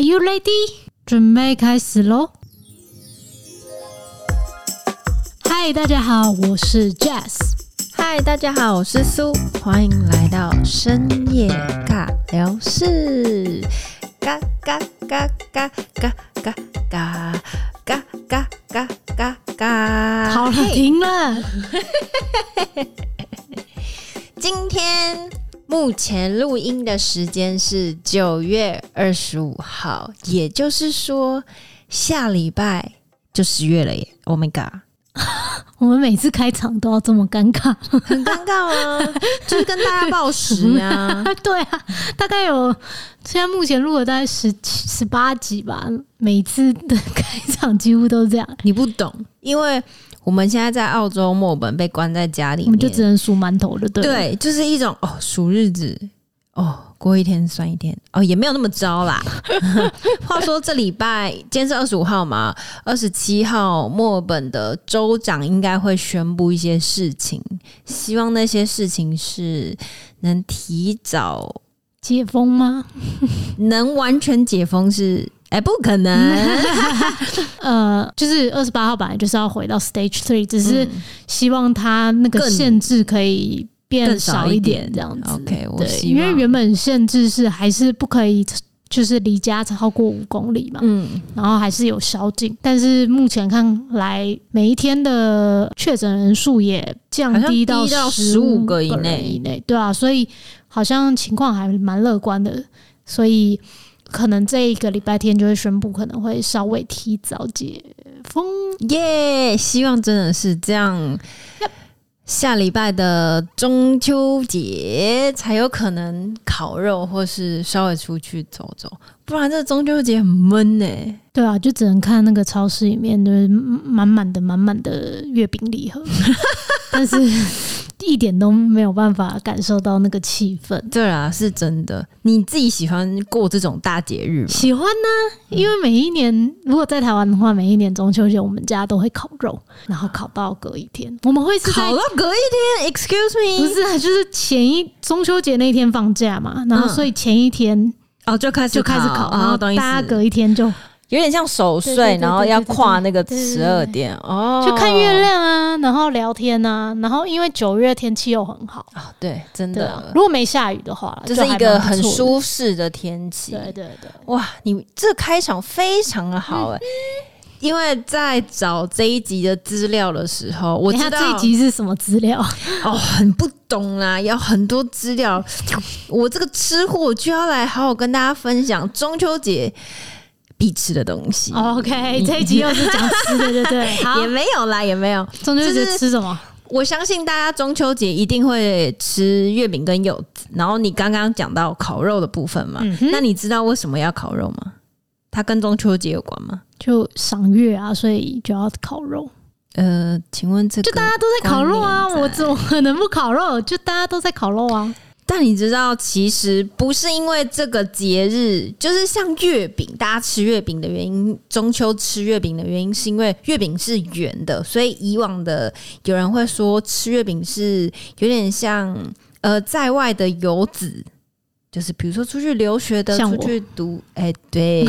you ready？准备开始喽！嗨，大家好，我是 Jazz。嗨，大家好，我是苏，欢迎来到深夜尬聊室。嘎嘎嘎嘎嘎嘎嘎嘎嘎嘎嘎嘎。好了，啊嘿停了。今天目前录音的时间是九月二十五号，也就是说下礼拜就十月了耶！Oh my god！我们每次开场都要这么尴尬。 很尴尬啊，就是跟大家报时啊。对啊，大概有现在目前录了大概十七、十八集吧，每次的开场几乎都这样，你不懂，因为我们现在在澳洲墨尔本被关在家里面，我们就只能数馒头了，对了对，就是一种哦数日子，哦过一天算一天，哦也没有那么糟啦。 话说这礼拜今天是二十五号嘛，二十七号墨尔本的州长应该会宣布一些事情，希望那些事情是能提早。解封吗？能完全解封是哎、不可 能，呃，就是二十八号本来就是要回到 Stage Three，只是希望它那个嗯更限制可以变更少少一一点点这样子。 OK，我对，希因为望原本限制是还是不可以，就是离家超过五公里嘛，嗯，然后还是有宵禁。但是目前看来，每一天的确诊人数也降低好像低到15 15个个以内人以内，对啊，所以好像情况还蛮乐观的，所以。可能这一个礼拜天就会宣布，可能会稍微提早解封。耶、希望真的是这样。下礼拜的中秋节才有可能烤肉，或是稍微出去走走，不然这中秋节很闷呢、对啊，就只能看那个超市里面就是满满的、满满的月饼礼 盒，但是一点都没有办法感受到那个气氛。对啦，是真的。你自己喜欢过这种大节日吗？喜欢呢、嗯因为每一年如果在台湾的话，每一年中秋节我们家都会烤肉，然后烤到隔一天，我们会是在烤。到隔一天，Excuse 不 me，是啊，就是前一中秋节那一天放假嘛，然后嗯所以前一天哦，就开始就开始烤，，烤然后哦懂意思哦大家隔一天就有点像守对对对岁，对然后要跨那个对对对十二点哦，就看月亮啊，然后聊天啊，然后因为九月天气又很好，啊，对，真对啊的，，如果没下雨的话，这是一还蛮个不错很的舒适的天气。对对对，哇，你这开场非常的好嗯哎、因为在找这一集的资料的时候，我等一下知道这一集是什么资料？ 哦很不懂啦，有很多资料，我这个吃货就要来好好跟大家分享中秋节必吃的东西。 OK，这一集又是讲吃的，对不对？哦好 也，没有啦，也没有。中秋节就是吃什么？我相信大家中秋节一定会吃月饼跟柚子。然后你刚刚讲到烤肉的部分嘛，嗯哼那你知道为什么要烤肉吗？它跟中秋节有关吗？就赏月啊，所以就要烤肉。呃，请问这个就大家都在烤肉啊，关联在我怎么可能不烤肉？就大家都在烤肉 啊。但你知道，其实不是因为这个节日，就是像月饼，大家吃月饼的原因，中秋吃月饼的原因，是因为月饼是圆的，所以以往的有人会说吃月饼是有点像呃在外的游子，就是比如说出去留学的，像出我去读，哎、 对，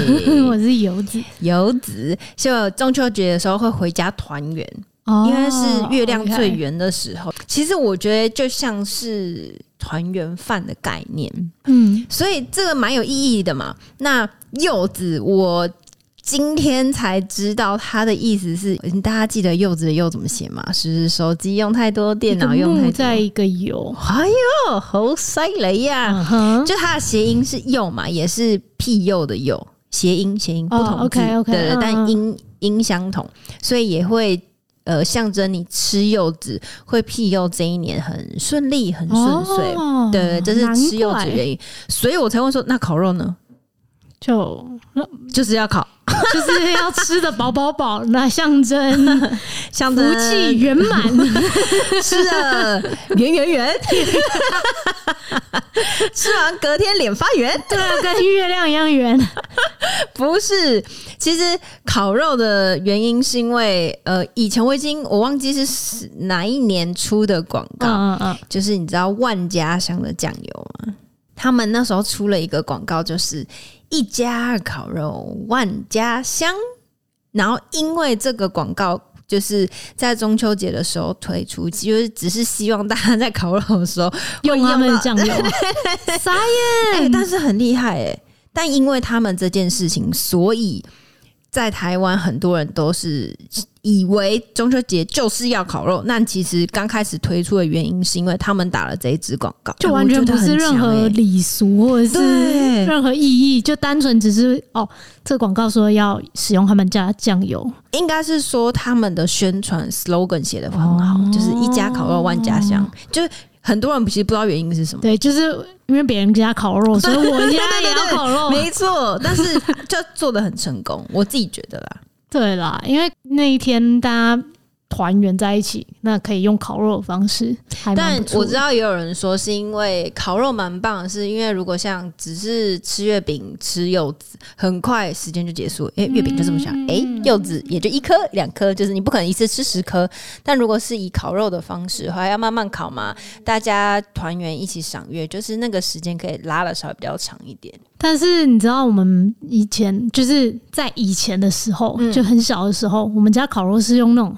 我是游子，游子，就中秋节的时候会回家团圆，哦因为是月亮最 OK 圆的时候。其实我觉得就像是团圆饭的概念，嗯，所以这个蛮有意义的嘛。那柚子，我今天才知道它的意思是，大家记得柚子的柚怎么写吗？是手机用太多，电脑用一个木太多嗯在。一个油，哎呦，好犀利呀！嗯哼，啊就它的谐音是柚嘛，也是庇佑的佑，谐音谐音不哦同字， OK，OK，对对嗯嗯但音音相同，所以也会呃象征你吃柚子会庇佑这一年很顺利、很顺遂。哦对，这是吃柚子难的怪原因，所以我才会说那烤肉呢，就 就是要烤，就是要吃的饱饱饱，那象征像福气圆满。吃的圆圆圆， 吃完隔天脸发圆， 对啊，跟月亮一样圆。不是，其实烤肉的原因是因为呃，以前我已经我忘记是哪一年出的广告，嗯嗯嗯，就是你知道万家香的酱油吗？他们那时候出了一个广告，就是一家烤肉万家香。然后因为这个广告就是在中秋节的时候推出，就是只是希望大家在烤肉的时候用他们的酱油，傻哎、眼。但是很厉害哎、但因为他们这件事情，所以在台湾很多人都是以为中秋节就是要烤肉。那其实刚开始推出的原因是因为他们打了这一支广告，哎就完全不是任何我觉得很强礼俗或者对是任何意义，就单纯只是哦，这广告说要使用他们家的酱油，欸应该是说他们的宣传 slogan 写的很好，哦就是一家烤肉万家香，就是很多人其实不知道原因是什么。对，就是因为别人家烤肉，所以我家也要烤肉。没错，但是就做的很成功，我自己觉得啦。对啦，因为那一天大家团圆在一起，那可以用烤肉的方式，还蛮但不错我的知道也有人说是因为烤肉蛮棒的，是因为如果像只是吃月饼、吃柚子，很快时间就结束了，因为月饼就这么小，诶，柚子也就一颗、两颗，就是你不可能一次吃十颗。但如果是以烤肉的方式，还要慢慢烤嘛，大家团圆一起赏月，就是那个时间可以拉的稍微比较长一点。但是你知道，我们以前就是在以前的时候，嗯就很小的时候，我们家烤肉是用那种，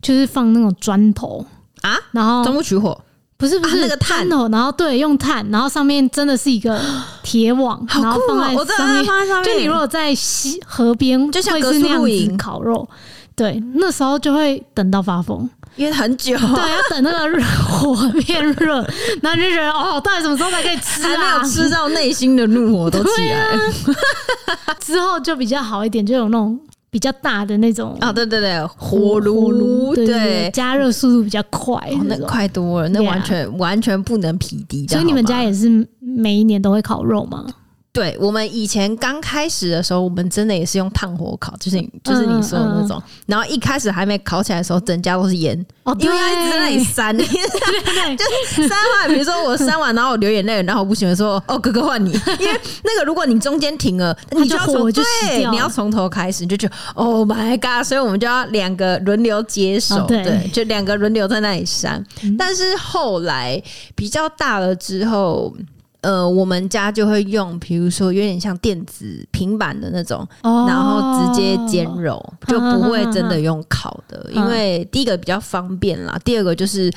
就是放那种砖头啊，然后木取火，不是不是、啊那个炭砖头，然后对，用炭，然后上面真的是一个铁网，好然后酷放哦！我在知道上它面。放在上面， 就你如果在西河边，就像会格是斯那样露营子烤肉，对，那时候就会等到发疯，因为很久，对，要等那个热 火变热，然后就觉得哦，到底什么时候才可以吃还没啊？有吃到内心的怒火都起来了。之后就比较好一点，就有那种比较大的那种啊，对对对，火炉，对对，加热速度比较快、哦那哎那种。快多了，那 Yeah 完全完全不能匹敌的。所以你们好家吗也是每一年都会烤肉吗？对我们以前刚开始的时候，我们真的也是用炭火烤，就是你嗯就是你说的那种。然后一开始还没烤起来的时候，整家都是烟，哦，因对为要一直在那里扇，对对扇完，比如说我扇完，然后我流眼泪，然后我不行的时候，哦，哥哥换你，因为那个如果你中间停了，你要它就从火就熄对，掉了你要从头开始，你就觉得 Oh my God，所以我们就要两个轮流接手，哦对对嗯就两个轮流在那里扇。但是后来比较大了之后。呃，我们家就会用，比如说有点像电子平板的那种，哦然后直接煎肉，就不会真的用烤的，嗯因为第一个比较方便啦，第二个就是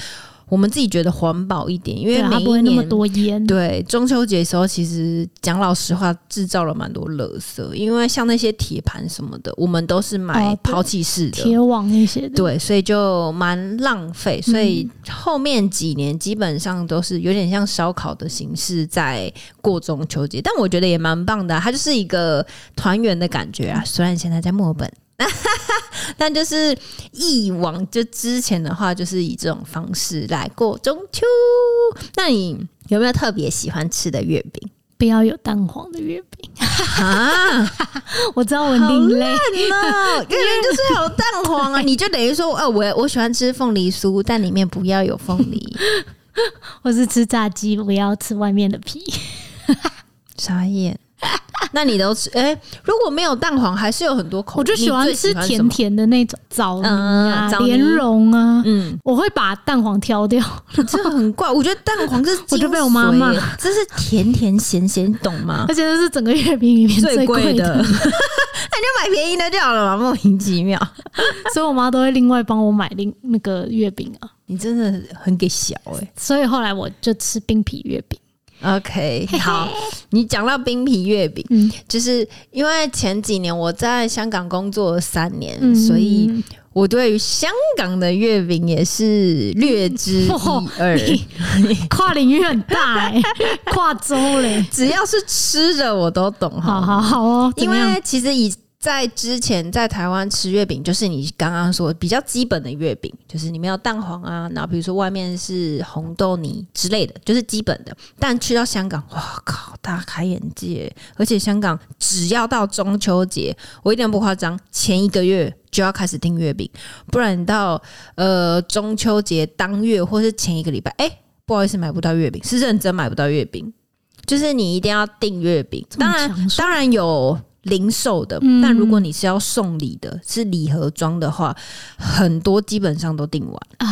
我们自己觉得环保一点，因对为啊每它不一会那么年。多烟。对中秋节的时候，其实讲老实话，制造了蛮多垃圾，因为像那些铁盘什么的，我们都是买哦对抛弃式的，铁网那些的，对，所以就蛮浪费。所以后面几年基本上都是有点像烧烤的形式在过中秋节，但我觉得也蛮棒的啊、它就是一个团圆的感觉啊。虽然现在在墨尔本。 但就是以往就之前的话，就是以这种方式来过中秋。那你有没有特别喜欢吃的月饼不要有蛋黄的月饼。啊？我知道我另类，那月饼就是有蛋黄 啊，你就等于说，呃，我我喜欢吃凤梨酥，但里面不要有凤梨。我是吃炸鸡，不要吃外面的皮。傻眼。那你都吃？哎、如果没有蛋黄，还是有很多口 味。我就喜你欢最吃喜欢什甜么。甜的那种枣泥嗯啊、枣泥莲蓉啊，嗯，我会把蛋黄挑掉。这很怪。我觉得蛋黄是 我就被我精髓妈骂耶，这是甜甜咸咸，你懂 吗？而且那是整个月饼里面最贵贵的，的， 那你就买便宜的就好了嘛，莫名其妙。 所以我妈都会另外帮我买另那个月饼啊。你真的很给小哎、所以后来我就吃冰皮月饼。 OK，好，你讲到冰皮月饼，嗯，就是因为前几年我在香港工作了三年，嗯所以我对于香港的月饼也是略知一哦 二。你跨领域很大哎、 跨州嘞。只要是吃的我都懂好好哈，好哦，怎因么样？为其实以在之前在台湾吃月饼，就是你刚刚说比较基本的月饼，就是里面有蛋黄啊，然后比如说外面是红豆泥之类的，就是基本的。但去到香港，哇靠，大开眼界！而且香港只要到中秋节，我一点不夸张，前一个月就要开始订月饼，不然你到呃中秋节当月或是前一个礼拜，哎、不好意思，买不到月饼，是认真买不到月饼，就是你一定要订月饼。么当然抢，手当然有零售的，嗯但如果你是要送礼的，是礼盒装的话，很多基本上都订完。啊，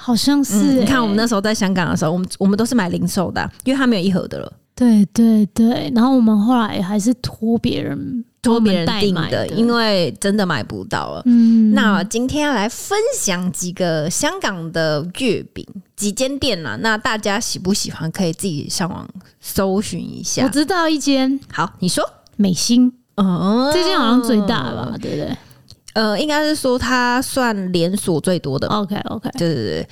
好像是、嗯欸你看我们那时候在香港的时候，我们我们都是买零售的啊、因为它没有一盒的了。对对对，然后我们后来还是托别人托别人帮我们代订买的，的，因为真的买不到了。嗯，那今天要来分享几个香港的月饼几间店啦、那大家喜不喜欢可以自己上网搜寻一我下。知道一间好，你说，美心，嗯，这间好哦像最大吧，对不对呃，应该是说它算连锁最多的， ？OK OK，对对对，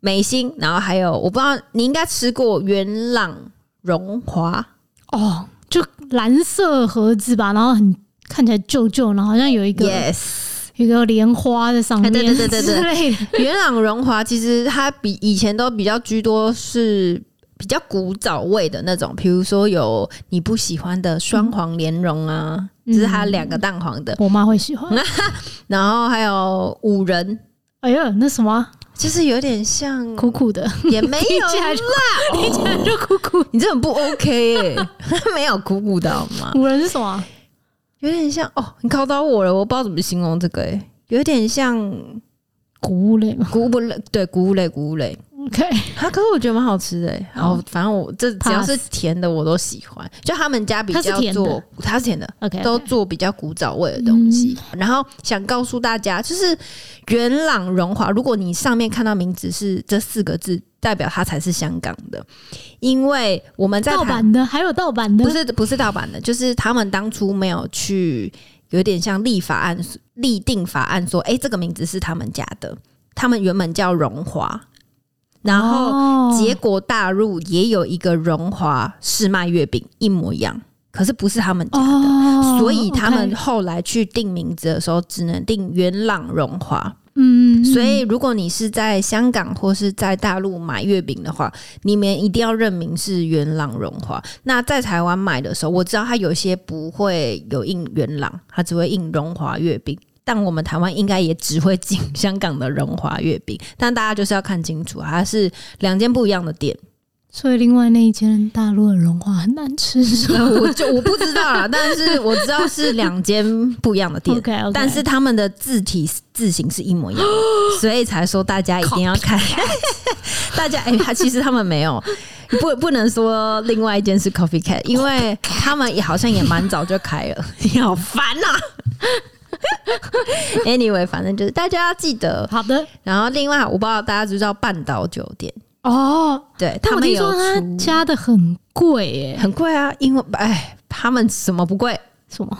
美心，然后还有我不知道你应该吃过元朗荣华，哦，就蓝色盒子吧，然后很看起来旧旧，然后好像有一个 yes，有一个莲花在上哎面，对对对对对之类的，元朗荣华其实它比以前都比较居多是。比较古早味的那种，比如说有你不喜欢的双黄莲蓉啊，嗯这是它两个蛋黄的，我妈会喜欢。然后还有五仁，哎呦，那什么啊就是有 点像，苦苦的，也没嗯听有起来就啦，哦听起来就苦苦。你这很不 OK 哎、 没有苦苦的好吗？古人是什么啊？有点像哦，你考到我了，我不知道怎么形容这个诶、有点像谷物类吗谷物类，对谷物类，谷物类。 ？OK，它、可是我觉得蛮好吃的、欸，然后反正我这只要 Pass 是甜的我都喜欢，就他们家比它较是甜的做，它是甜的，嗯 OK，都做比较古早味的东西。然后想告诉大家，就是元朗荣华，如果你上面看到名字是这四个字，代表它才是香港的，因为我们在盗台版的，还有盗版的，不是不是盗版的，就是他们当初没有去，有点像立法案立定法案说，哎、这个名字是他们家的，他们原本叫荣华，然后后结果大陆也有一个荣华试卖月饼一模一样，可是不是他们家的，哦，所以他们 OK 后来去定名字的时候，只能定元朗荣华。嗯，嗯所以，如果你是在香港或是在大陆买月饼的话，你们一定要认明是元朗荣华。那在台湾买的时候，我知道它有些不会有印元朗，它只会印荣华月饼。但我们台湾应该也只会进香港的荣华月饼，但大家就是要看清楚，它是两间不一样的店。所以另外那一间大陆的融化很难吃呃我就我不知道啦，但是我知道是两间不一样的 店。 ，OK OK，但是他们的字体字形是一模一样 的，所以才说大家一定要看。 大家哎，他、其实他们没有，不不能说另外一间是 Coffee Cat，因为他们也好像也蛮早就开了。你好烦呐、anyway，反正就是大家要记得。好的然后另外，我不知道大家知不知道半岛酒店，哦，对但他我们听有说他出家的很贵耶，很贵啊，因为哎，他们什么不贵？什么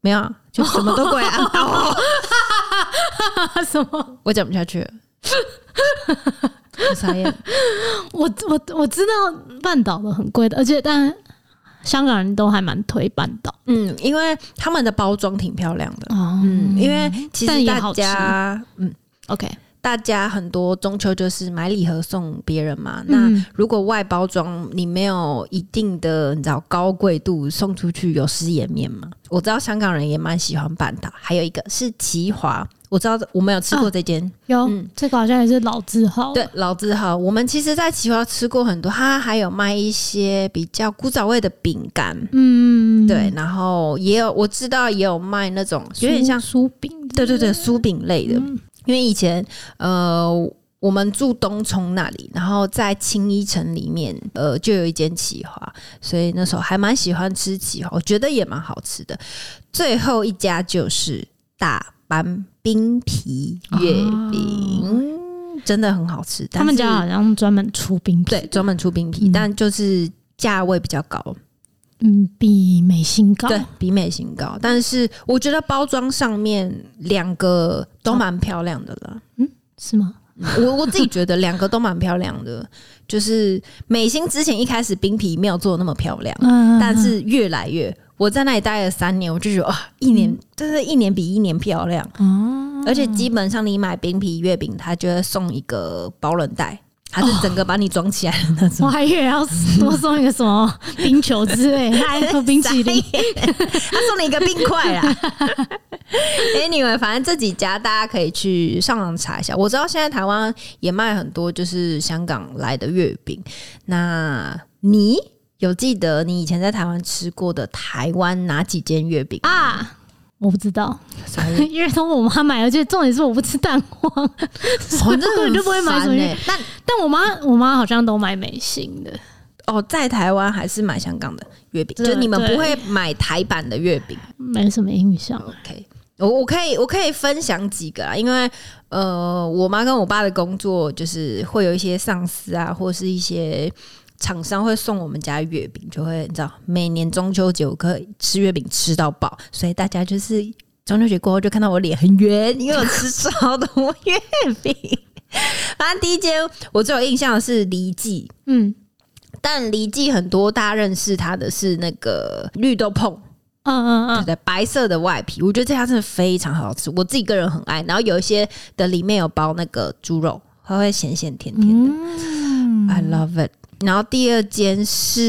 没有啊，就什么都贵啊。哦 什么，我讲不下去 了，我傻眼。我我我知道半岛的很贵的，而且但香港人都还蛮推半岛嗯，因为他们的包装挺漂亮的。哦，嗯，因为其但实也大好家，嗯， OK，大家很多中秋就是买礼盒送别人嘛。嗯那如果外包装你没有一定的你知道高贵度，送出去有失颜面嘛？我知道香港人也蛮喜欢半岛，还有一个是奇华，我知道我没有吃过这间。有、嗯这个好像也是老字号，对，老字号，我们其实在奇华吃过很多，它还有卖一些比较古早味的饼干。嗯，对，然后也有我知道也有卖那种有点像，酥酥饼，对对对，酥饼类的。嗯因为以前呃，我们住东冲那里，然后在青衣城里面，呃，就有一间企华，所以那时候还蛮喜欢吃企华，我觉得也蛮好吃的。最后一家就是大班冰皮月饼，真的很好吃。哦他们但家是好像专门出冰皮，对，专门出冰皮，嗯但就是价位比较高。嗯，比美心高，对比美型高，但是我觉得包装上面两个都蛮漂亮的 啦。是吗？我我自己觉得两个都蛮漂亮的，就是美心之前一开始冰皮没有做得那么漂亮，嗯，但是越来越，我在那里待了三年，我就觉得哇，一年真的，一年比一年漂亮。嗯哦，而且基本上你买冰皮月饼，它就会送一个保冷袋，它哦是整个把你装起来的那 种。我还以为要多送一个什么冰球之 类，还有冰淇 淋。傻眼 他送了一个冰块啦。anyway，反正这几家大家可以去上网查一下。我知道现在台湾也卖很多就是香港来的月饼。那你有记得你以前在台湾吃过的台湾哪几间月饼 啊，我不知道，傻 眼因为都我妈买，而且重点是我不吃蛋黄， 所以哦我根真本的哦就不会买什么很月。烦欸但但我妈我妈好像都买美心的，哦，在台湾还是买香港的月饼，就对是你们对不会买台版的月饼。没什么印象。 OK，我我可以我可以分享几个啦，因为呃，我妈跟我爸的工作就是会有一些上司啊，或是一些厂商会送我们家月饼，就会你知道每年中秋节我可以吃月饼吃到饱，所以大家就是中秋节过后就看到我脸很圆，因为我吃超多月饼。反正第一间我最有印象的是黎记，嗯但黎记很多大家认识它的是那个绿豆椪。嗯嗯嗯，对，白色的外皮，我觉得这家真的非常好吃，我自己个人很爱。然后有一些的里面有包那个猪肉，它会咸咸甜甜的、i 嗯 love it。然后第二间是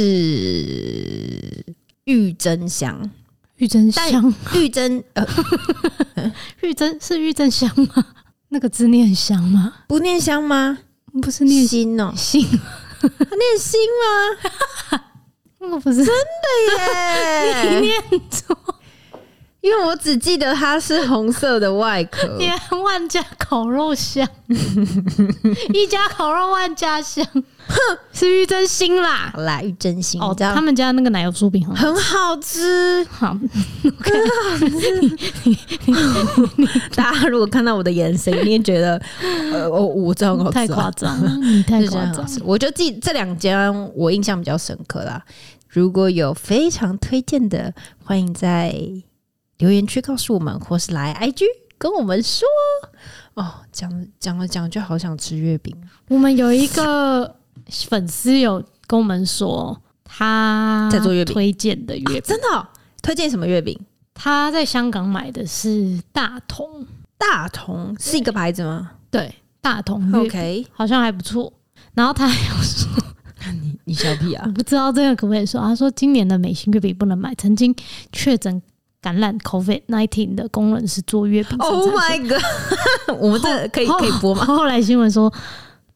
玉珍香，玉珍但香，玉珍呃玉珍是玉珍香吗？ 那个字念香吗？不念香吗？不是念心哦，心，它念心 那个不是吗？你 耶，念错，因为我只记得它是红色的外壳。念万家烤肉 香，一家烤肉万家香，是玉珍心啦。好啦，玉珍心，哦，这样他们家那个奶油酥饼很好很好吃。好，啊大家如果看到我的眼神，一定觉得，呃，我我这很好吃、太啊，夸张了，你太这真的夸很张好了。吃。我就记这两家我印象比较深刻啦。如果有非常推荐的，欢迎在留言区告诉我们，或是来 IG 跟我们说。哦，讲讲了讲就好想吃月饼，我们有一个粉丝有跟我们说，他在做月饼推荐的月饼，真的哦、推荐什么月饼？他在香港买的是大同，大同是一个牌子吗对，大同月饼？OK，好像还不错。然后他还有说，你你小屁啊我！不知道这个可不可以说，他说今年的美心月饼不能买，曾经确诊感染 COVID nineteen 的工人是做月饼生产者。 Oh my god！我们这可以可以播吗？后后来新闻说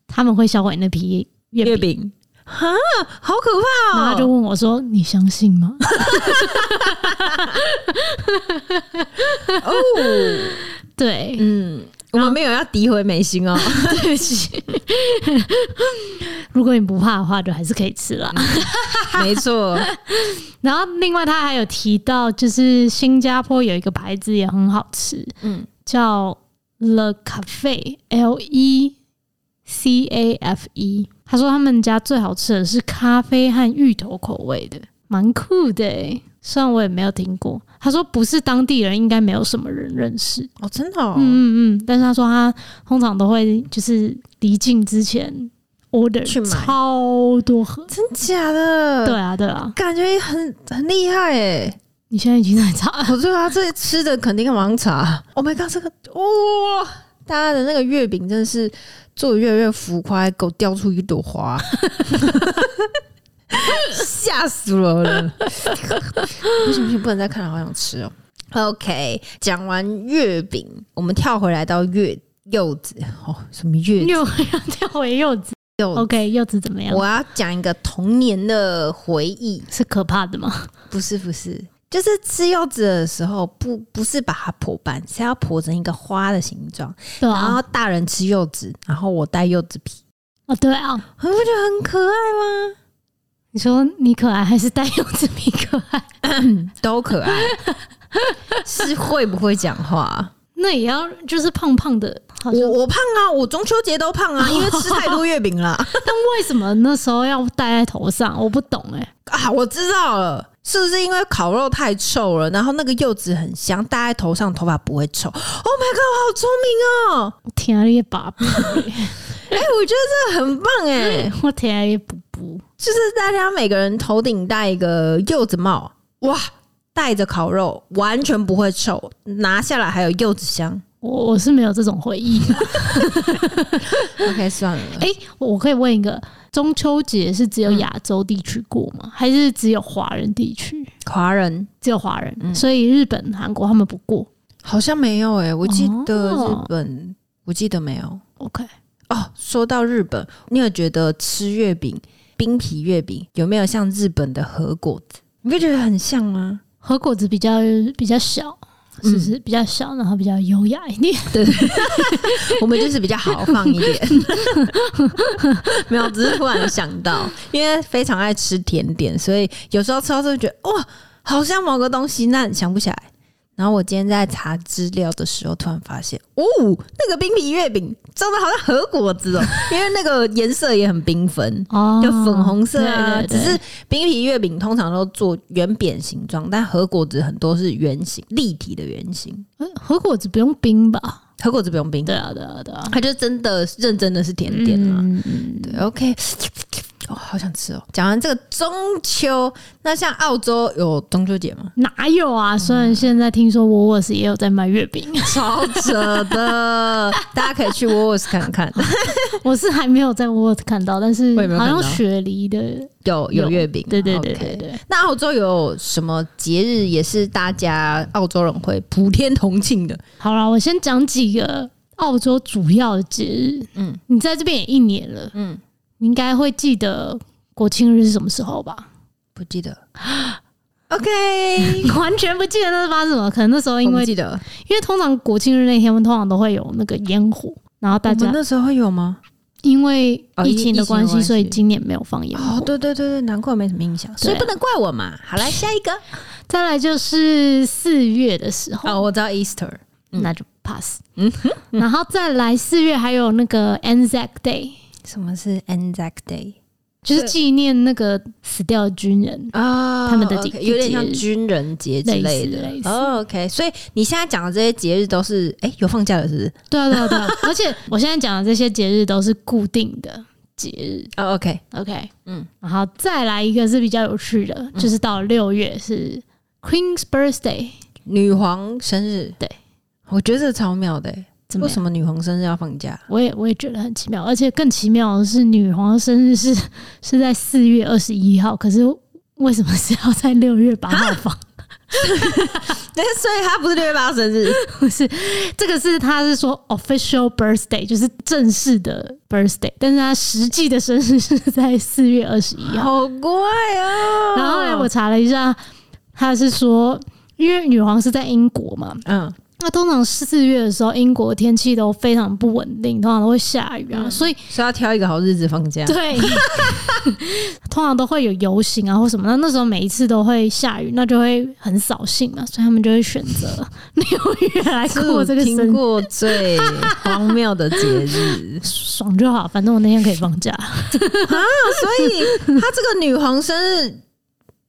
他们会销毁那批月饼月，饼啊，好可怕然哦！后他就问我说：“你相信吗 哦，？”对，嗯，我们没有要诋毁美心 哦，对不起。如果你不怕的话，就还是可以吃啦。嗯没错， 然后另外他还有提到，就是新加坡有一个牌子也很好吃，嗯，叫 Le Cafe L E C A F E。他说他们家最好吃的是咖啡和芋头口味的，蛮酷的、欸。虽然我也没有听过，他说不是当地人，应该没有什么人认识。哦，真的、哦，嗯嗯嗯，但是他说他通常都会就是离境之前 order 去买嗯超多盒。真假的，对，啊对啊，感觉很很厉害哎，你现在已经在查 了，我对啊，这吃的肯定要盲查，Oh my god，这个哇、大家的那个月饼真的是做的越来越浮夸，还给我雕出一朵 花。吓死我了！不行不行，不能再看了，好想吃哦。OK，讲完月饼，我们跳回来到月柚子哦，什么月又要跳回柚 子。柚子 OK，柚子怎么样？我要讲一个童年的回忆，是可怕的吗？不是不是，就是吃柚子的时候，不不是把它剖半，是要剖成一个花的形状，对然后啊，大人吃柚子，然后我带柚子皮，哦对啊，你不觉得很可爱吗？你说你可爱还是带柚子皮可爱？ 都可 爱，是会不会讲话？那也要就是胖胖的，好像我我胖啊，我中秋节都胖啊，因为吃太多月饼 了但为什么那时候要戴在头上？我不懂哎、啊！我知道了。是不是因为烤肉太臭了，然后那个柚子很香，戴在头上头发不会臭？Oh my god，我好聪明哦！我天啊，一把 补，哎、我觉得这很棒哎、 我天啊，一补补，就是大家每个人头顶戴一个柚子帽，哇，带着烤肉完全不会臭，拿下来还有柚子香。我我是没有这种回忆。 OK，算了，哎、我可以问一个：中秋节是只有嗯亚洲地区过吗？还是只有华人地区？华人只有华人，嗯所以日本、韩国他们不过。好像没有哎、我记得哦日本，我记得没有 OK，哦。说到日本，你有觉得吃月饼、冰皮月饼有没有像日本的和果子？你不觉得很像吗？啊和果子比较比较小，嗯就是比较小，然后比较优雅一点。 我们就是比较豪放一点， 没有，只是突然想到，因为非常爱吃甜点，所以有时候吃到这个觉得哇，好像某个东西，那想不起来。然后我今天在查资料的时候，突然发现，哦，那个冰皮月饼真的好像和果嗯子哦，因为那个颜色也很缤纷，哦就粉红色 啊。对对对只是冰皮月饼通常都做圆扁形状，但和果子很多是圆形、立体的圆形。呃和果子不用冰吧？和果子不用冰，对啊，对啊，对啊。它就真的认真的是甜点啊。嗯嗯？对，OK，哦，好想吃哦。讲完这个中秋，那像澳洲有中秋节吗 哪有啊？虽嗯然现在听说沃沃斯也有在卖月饼， 超扯的，大家可以去 w o l s 看看，我是还没有在沃沃斯看到，但是我也没有好看到像雪梨的，有有月饼。对对对 OK 对对。那澳洲有什么节日也是大家澳洲人会普天同庆的？好了，我先讲几个澳洲主要的节日。嗯嗯，你在这边也一年了，嗯嗯，你应该会记得国庆日是什么时候吧？不记 得。OK，你完全不记得那是发生什么？可能那时候我因不为记得，因为通常国庆日那天，我们通常都会有那个烟火，然后我大们家那时候有吗？因为哦疫疫情的疫情的关系，关所以系今年没有放烟哦火，。对对对对，难怪没什么印象，所以不能怪我嘛。好来下一个。再来就是四月的时候，哦，嗯我知道 Easter，那就 pass。然 后再来四月还有那个 Anzac Day，什么是 Anzac Day？就是纪念那个死掉的军人。啊他们的 OK，节有点像节日军人节之类类似类的。似哦，OK，所以你现在讲的这些节日都是，哎、有放假了是不是？对啊，对啊，对啊！而且我现在讲的这些节日都是固定的节日哦，OK， ，OK，嗯嗯，然后再来一个是比较有趣的，就是到六月是 Queen's Birthday，女皇生日，对，我觉得这超妙的、诶怎么为样？什么女皇生日要放 假？我也我也觉得很奇妙，而且更奇妙的是，女皇的生日是 是在四月二十一号，可是为什么是要在六月八号放？对，所以她不是六月八号生日，不是，这个是他是说 official birthday，就是正式的 birthday，但是他实际的生日是在四月二十一号。 好怪 哦。然后后来我，查了一下，他是说，因为女皇是在英国嘛，嗯，那通常四月的时候，英国天气都非常不稳定，通常都会下雨啊，所以是要挑一个好日子放假。对， 通常都会有游行啊或什么。那那时候每一次都会下雨，那就会很扫兴嘛，所以他们就会选择六月来这是我过这个生听日，过最荒谬的节日，爽就好，反正我那天可以放假。 所以她这个女皇生日，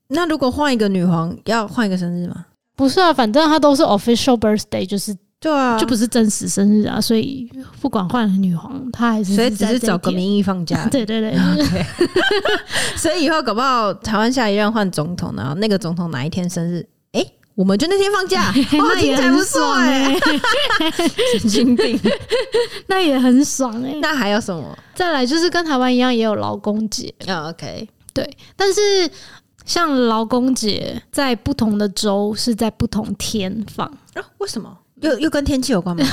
那如果换一个女皇，要换一个生日吗？不是啊，反正他都是 official birthday，就是对啊，就不是真实生日啊，所以不管换了女皇，他还是所以只在是这一找个天。名义放假。 对对对， 就是所以以后搞不好台湾下一任换总统，然后那个总统哪一天生日，哎、我们就那天放假，哦，那也听起来很不错爽哎、哎、 神经病。 那也很爽哎、那还有什么？再来就是跟台湾一样，也有劳工节，啊、o k 对，但是像劳工节在不同的州是在不同天 放，啊，为什么？啊又又跟天气有关 吗？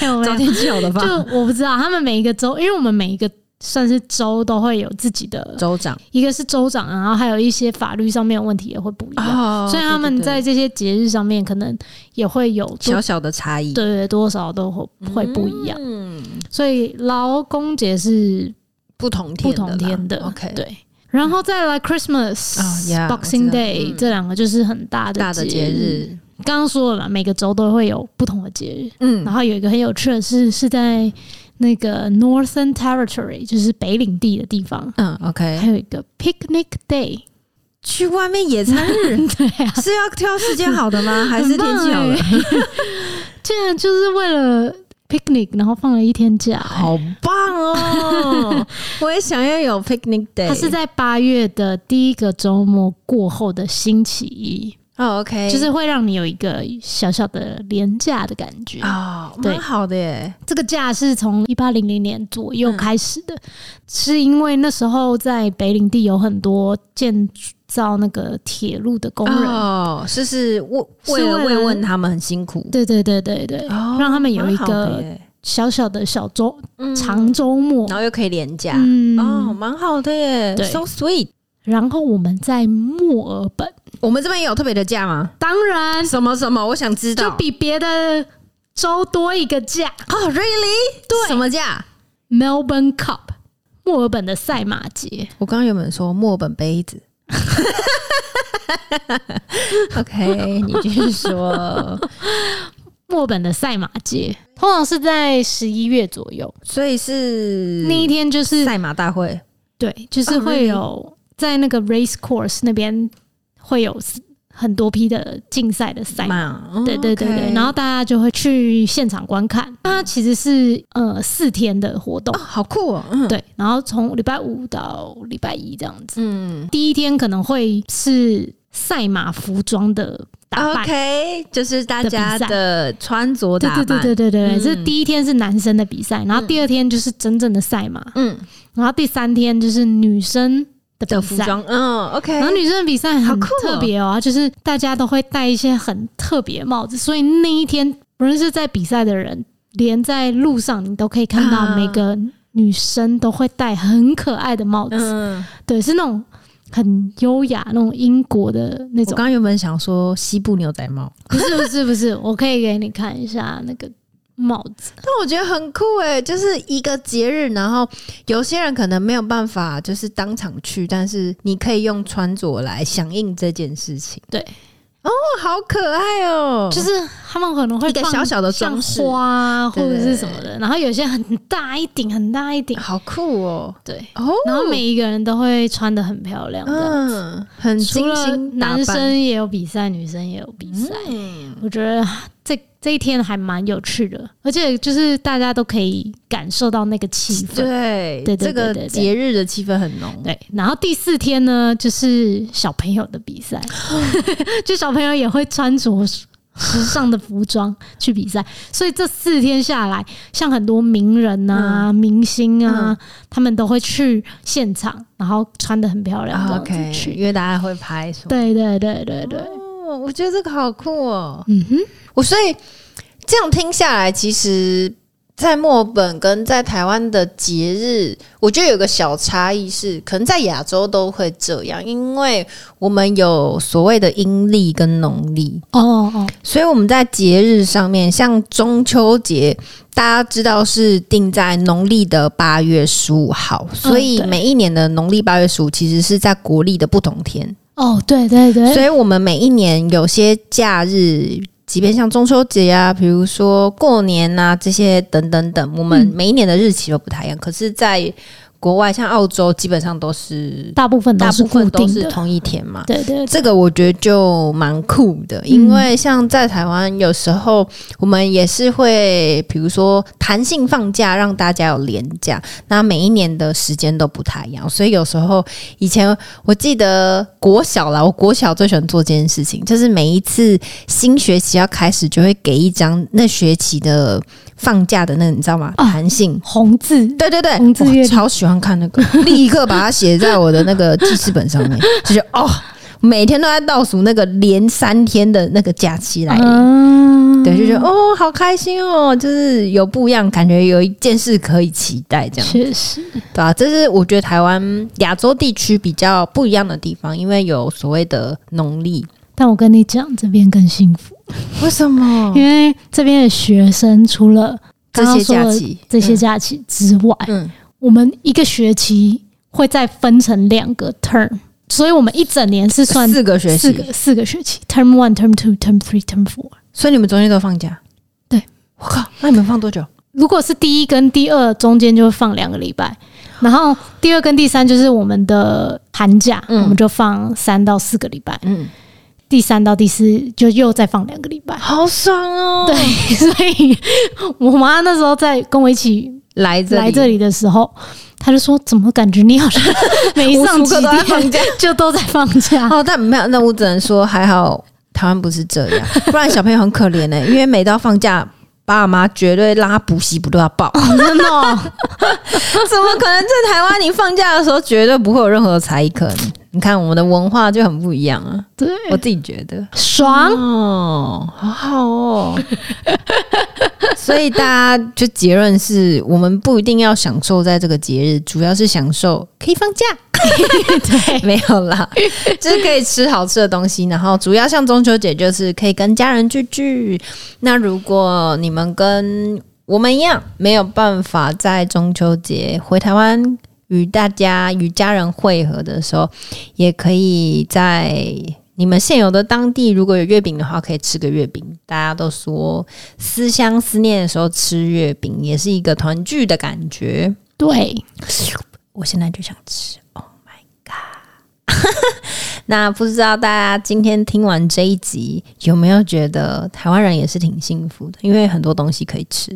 没有没找有，天气好的吧。就我不知道他们每一个州，因为我们每一个算是州都会有自己的， 州长一个是州长，然后还有一些法律上面的问题也会不一样，哦所以他们在这些节日上面可能也会有多小小的差异。对对对多少都会会不一样，嗯，所以劳工节是不同不天的啦同天的。 OK，，对。然后再来 Christmas、哦，yeah， Boxing 我知道 Day、嗯这两个就是很大的大的节日。日，刚刚说了嘛，每个州都会有不同的节日。嗯然，后有一个很有趣的是，是在那个 Northern Territory，就是北领地的地方，嗯，OK，还有一个 Picnic Day。去外面野 餐日对啊，是要挑时间好的 吗？还是天气好很棒的？欸？竟然就是为了 picnic，然后放了一天假、欸。好 棒哦！我也想要有 picnic day。它是在八月的第一个周末过后的星期一。哦，OK，就是会让你有一个小小的廉价的感觉。哦，对蛮好的耶。这个假是从一八零零年左右开始的，嗯是因为那时候在北领地有很多建造那个铁路的工人，哦，是是为是为了为了慰问他们很辛苦，对对对对对，哦让他们有一蛮好的个嗯耶小小的小周嗯长周末然。后又可以廉价。嗯哦，蛮好的耶对，so sweet。然后我们在墨尔本，我们这边有特别的价吗？当然什么什么？我想知就道。比别的州多一个假哦、r e a l l y 对什么价？ ，Melbourne Cup，墨尔本的赛马节。我刚刚原本说墨尔本杯子。OK，你继续说。墨尔本的赛马节通常是在十一月左右，所以是那一天就是赛马大会，对，就是会有在那个 race course 那边会有很多批的竞赛的赛马。马，对对对对，然后大家就会去现场观看。嗯它其实是呃四天的活动哦，，好酷哦，嗯对，然后从礼拜五到礼拜一这样子。嗯第一天可能会是赛马服装的打扮。嗯，OK，就是大家的比赛的穿着对打对扮，对对对对，嗯这第一天是男生的比赛，然后第二天就是真正的赛马，嗯然后第三天就是女生的的比服赛。装，嗯，OK，然后女生的比赛好很酷哦特别哦，就是大家都会戴一些很特别的帽子，所以那一天不论是在比赛的人，连在路上你都可以看啊到每个女生都会戴很可爱的帽子，嗯，对，是那种很优雅那种英国的那我种刚。刚原本想说西部牛仔帽，不是不是不是，我可以给你看一下那个帽子。但哦我觉得很酷哎，就是一个节日，然后有些人可能没有办法就是当场去，但是你可以用穿着来响应这件事情。对，哦，好可爱哦，就是他们可能会一个放小小的像装饰花啊或对者对是什么的，然后有些很大一顶，很大一顶，好酷哦，对。哦，然后每一个人都会穿的很漂亮的，嗯，很除精了心打扮男生也有比赛，女生也有比赛。嗯我觉得这这一天还蛮有趣的，而且就是大家都可以感受到那个气氛。对对对对这对个对节日的气氛很浓。对，然后第四天呢，就是小朋友的比赛， 就小朋友也会穿着时尚的服装去比赛，所以这四天下来，像很多名人啊、嗯明星啊，他们都会去现场，然后穿的很漂亮，这样子啊 OK，去。因为大家会拍什么？对对对对对，哦，我觉得这个好酷哦。嗯哼，我所以这样听下来，其实，在墨尔本跟在台湾的节日，我觉得有个小差异是，可能在亚洲都会这样，因为我们有所谓的阴历跟农历，哦哦，所以我们在节日上面，像中秋节，大家知道是定在农历的八月十五号，所嗯以对每一年的农历八月十五其实是在国历的不同天。哦，对对对，所以我们每一年有些假日，即便像中秋节啊，比如说过年啊这些等等等，我们嗯每一年的日期都不太一样。可是，在国外像澳洲，基本上都是大部分大都是部固分都定是的，同一天嘛。对对嗯对这个我觉得就蛮酷的，因为像在台湾，有时候我们也是会，比如说弹性放假，让大家有连假，那每一年的时间都不太一样，所以有时候以前我记得国小啦，我国小最喜欢做这件事情，就是每一次新学期要开始，就会给一张那学期的放假的那个你知道吗？哦弹性。红字对对对，红字月我历超喜欢看那 个，立刻把它写在我的那个记事本上面，就是哦，每天都在倒数那个连三天的那个假期来临。啊，对，就觉得哦，好开心哦，就是有不一样，感觉有一件事可以期待，这样确实，对啊，这是我觉得台湾亚洲地区比较不一样的地方，因为有所谓的农历。但我跟你讲，这边更幸福。为什么因为这边的学生除了嗯这刚刚些说假的期？这些假期之外，嗯，我们一个学期会再分成两个 term，所以我们一整年是算四个学四期，个四个学期，term one、term two、term three、term four。所以你们中间都放假？对，我靠，那你们放多久？如果是第一跟第二中间就会放两个礼拜，然后第二跟第三就是我们的寒假，嗯我们就放三到四个礼拜，嗯，第三到第四就又再放两个礼拜。 好爽哦！对，，所以我妈那时候在跟我一起来这来这里的时候，他就说：“怎么感觉你好 像每一上无时几无刻都在放天 假就都在放假？”哦，但没有，那我只能说还好，台湾不是这 样，不然小朋友很可怜呢、欸因为每到放假。爸妈绝对让他补习不都要报，真的、哦， 怎么可能在台湾你放假的时候绝对不会有任何才艺可能？你看我们的文化就很不一样啊。 对，嗯我自己觉得。爽。哦，好好哦， 所以大家就结论是我们不一定要享受在这个节日，主要是享受可以放假，对，没有啦，就是可以吃好吃的东西。然后主要像中秋节就是可以跟家人聚聚。那如果你们跟我们一样没有办法在中秋节回台湾与大家与家人会合的时候，也可以在你们现有的当地，如果有月饼的话，可以吃个月饼。大家都说思乡思念的时候吃月饼，也是一个团聚的感觉。对，我现在就想吃，Oh my god！那不知道大家今天听完这一集，有没有觉得台湾人也是挺幸福的？因为很多东西可以吃。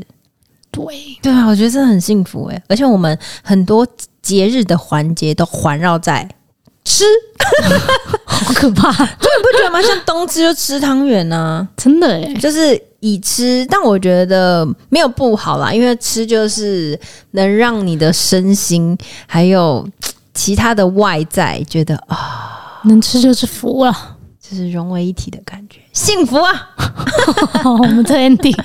对，对啊，我觉得真的很幸福诶，而且我们很多节日的环节都环绕在 吃，好可怕，你不觉得吗？像冬至就吃汤圆啊呢、真的哎，就是以吃，但我觉得没有不好啦，因为吃就是能让你的身心还有嘖其他的外在觉得啊、能吃就是福了。 就是融为一体的感觉，幸福啊！我们这 ending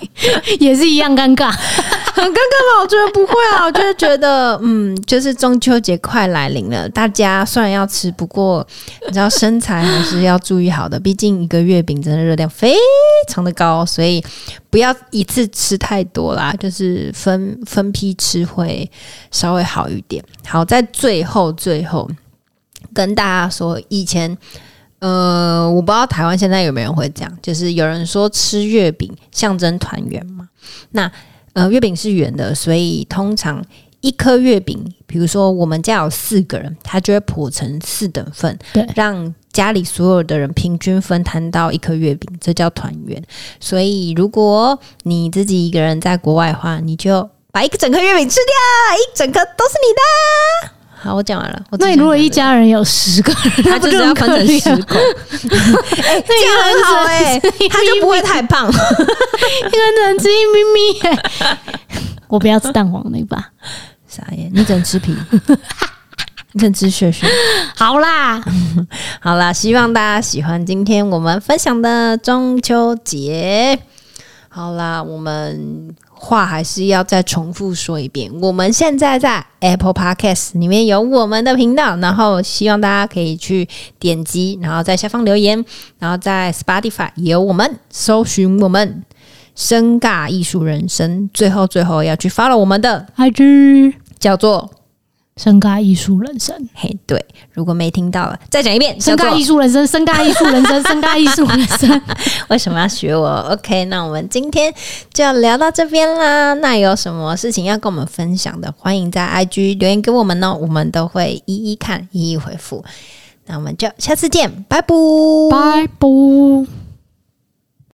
也是一样尴尬，很尴尬吗？我觉得不会啊，我就是觉得，嗯，就是中秋节快来临了，大家虽然要吃，不过你知道身材还是要注意好的，毕竟一个月饼真的热量非常的高，所以不要一次吃太多啦，就是分分批吃会稍微好一点。好，在最后最后跟大家说，以前。呃，我不知道台湾现在有没有人会这样，就是有人说吃月饼象征团圆嘛。那呃，月饼是圆的，所以通常一颗月饼，比如说我们家有四个人，它就会剖成四等份，对让家里所有的人平均分摊到一颗月饼，这叫团圆。所以如果你自己一个人在国外的话，你就把一个整颗月饼吃掉，一整颗都是你的。好，我讲完了。我只那你想如果讲一这个家人有十个人， 他不就是要很分可成怜十 口，哎、 这样很好哎、 他就不会太胖。一个人只能吃一咪咪耶、 我不要吃蛋黄那一把。 傻眼，你只能吃皮， 你只能吃血血。好啦，好啦，希望大家喜欢今天我们分享的中秋节。好啦，我们话还是要再重复说一遍，我们现在在 Apple Podcast 里面有我们的频道，然后希望大家可以去点击，然后在下方留言，然后在 Spotify 也有我们，搜寻我们。声尬艺术人生，最后最后要去 follow 我们的还之叫做身尬艺术人生，嘿对，如果没听到了，再讲一遍，身叫尬做艺术人生，身尬艺术人生，身尬艺术人生。为什么要学我？OK，那我们今天就聊到这边啦。那有什么事情要跟我们分享的，欢迎在 IG 留言给我们哦，我们都会一一看，一一回复。那我们就下次见，拜拜。拜拜。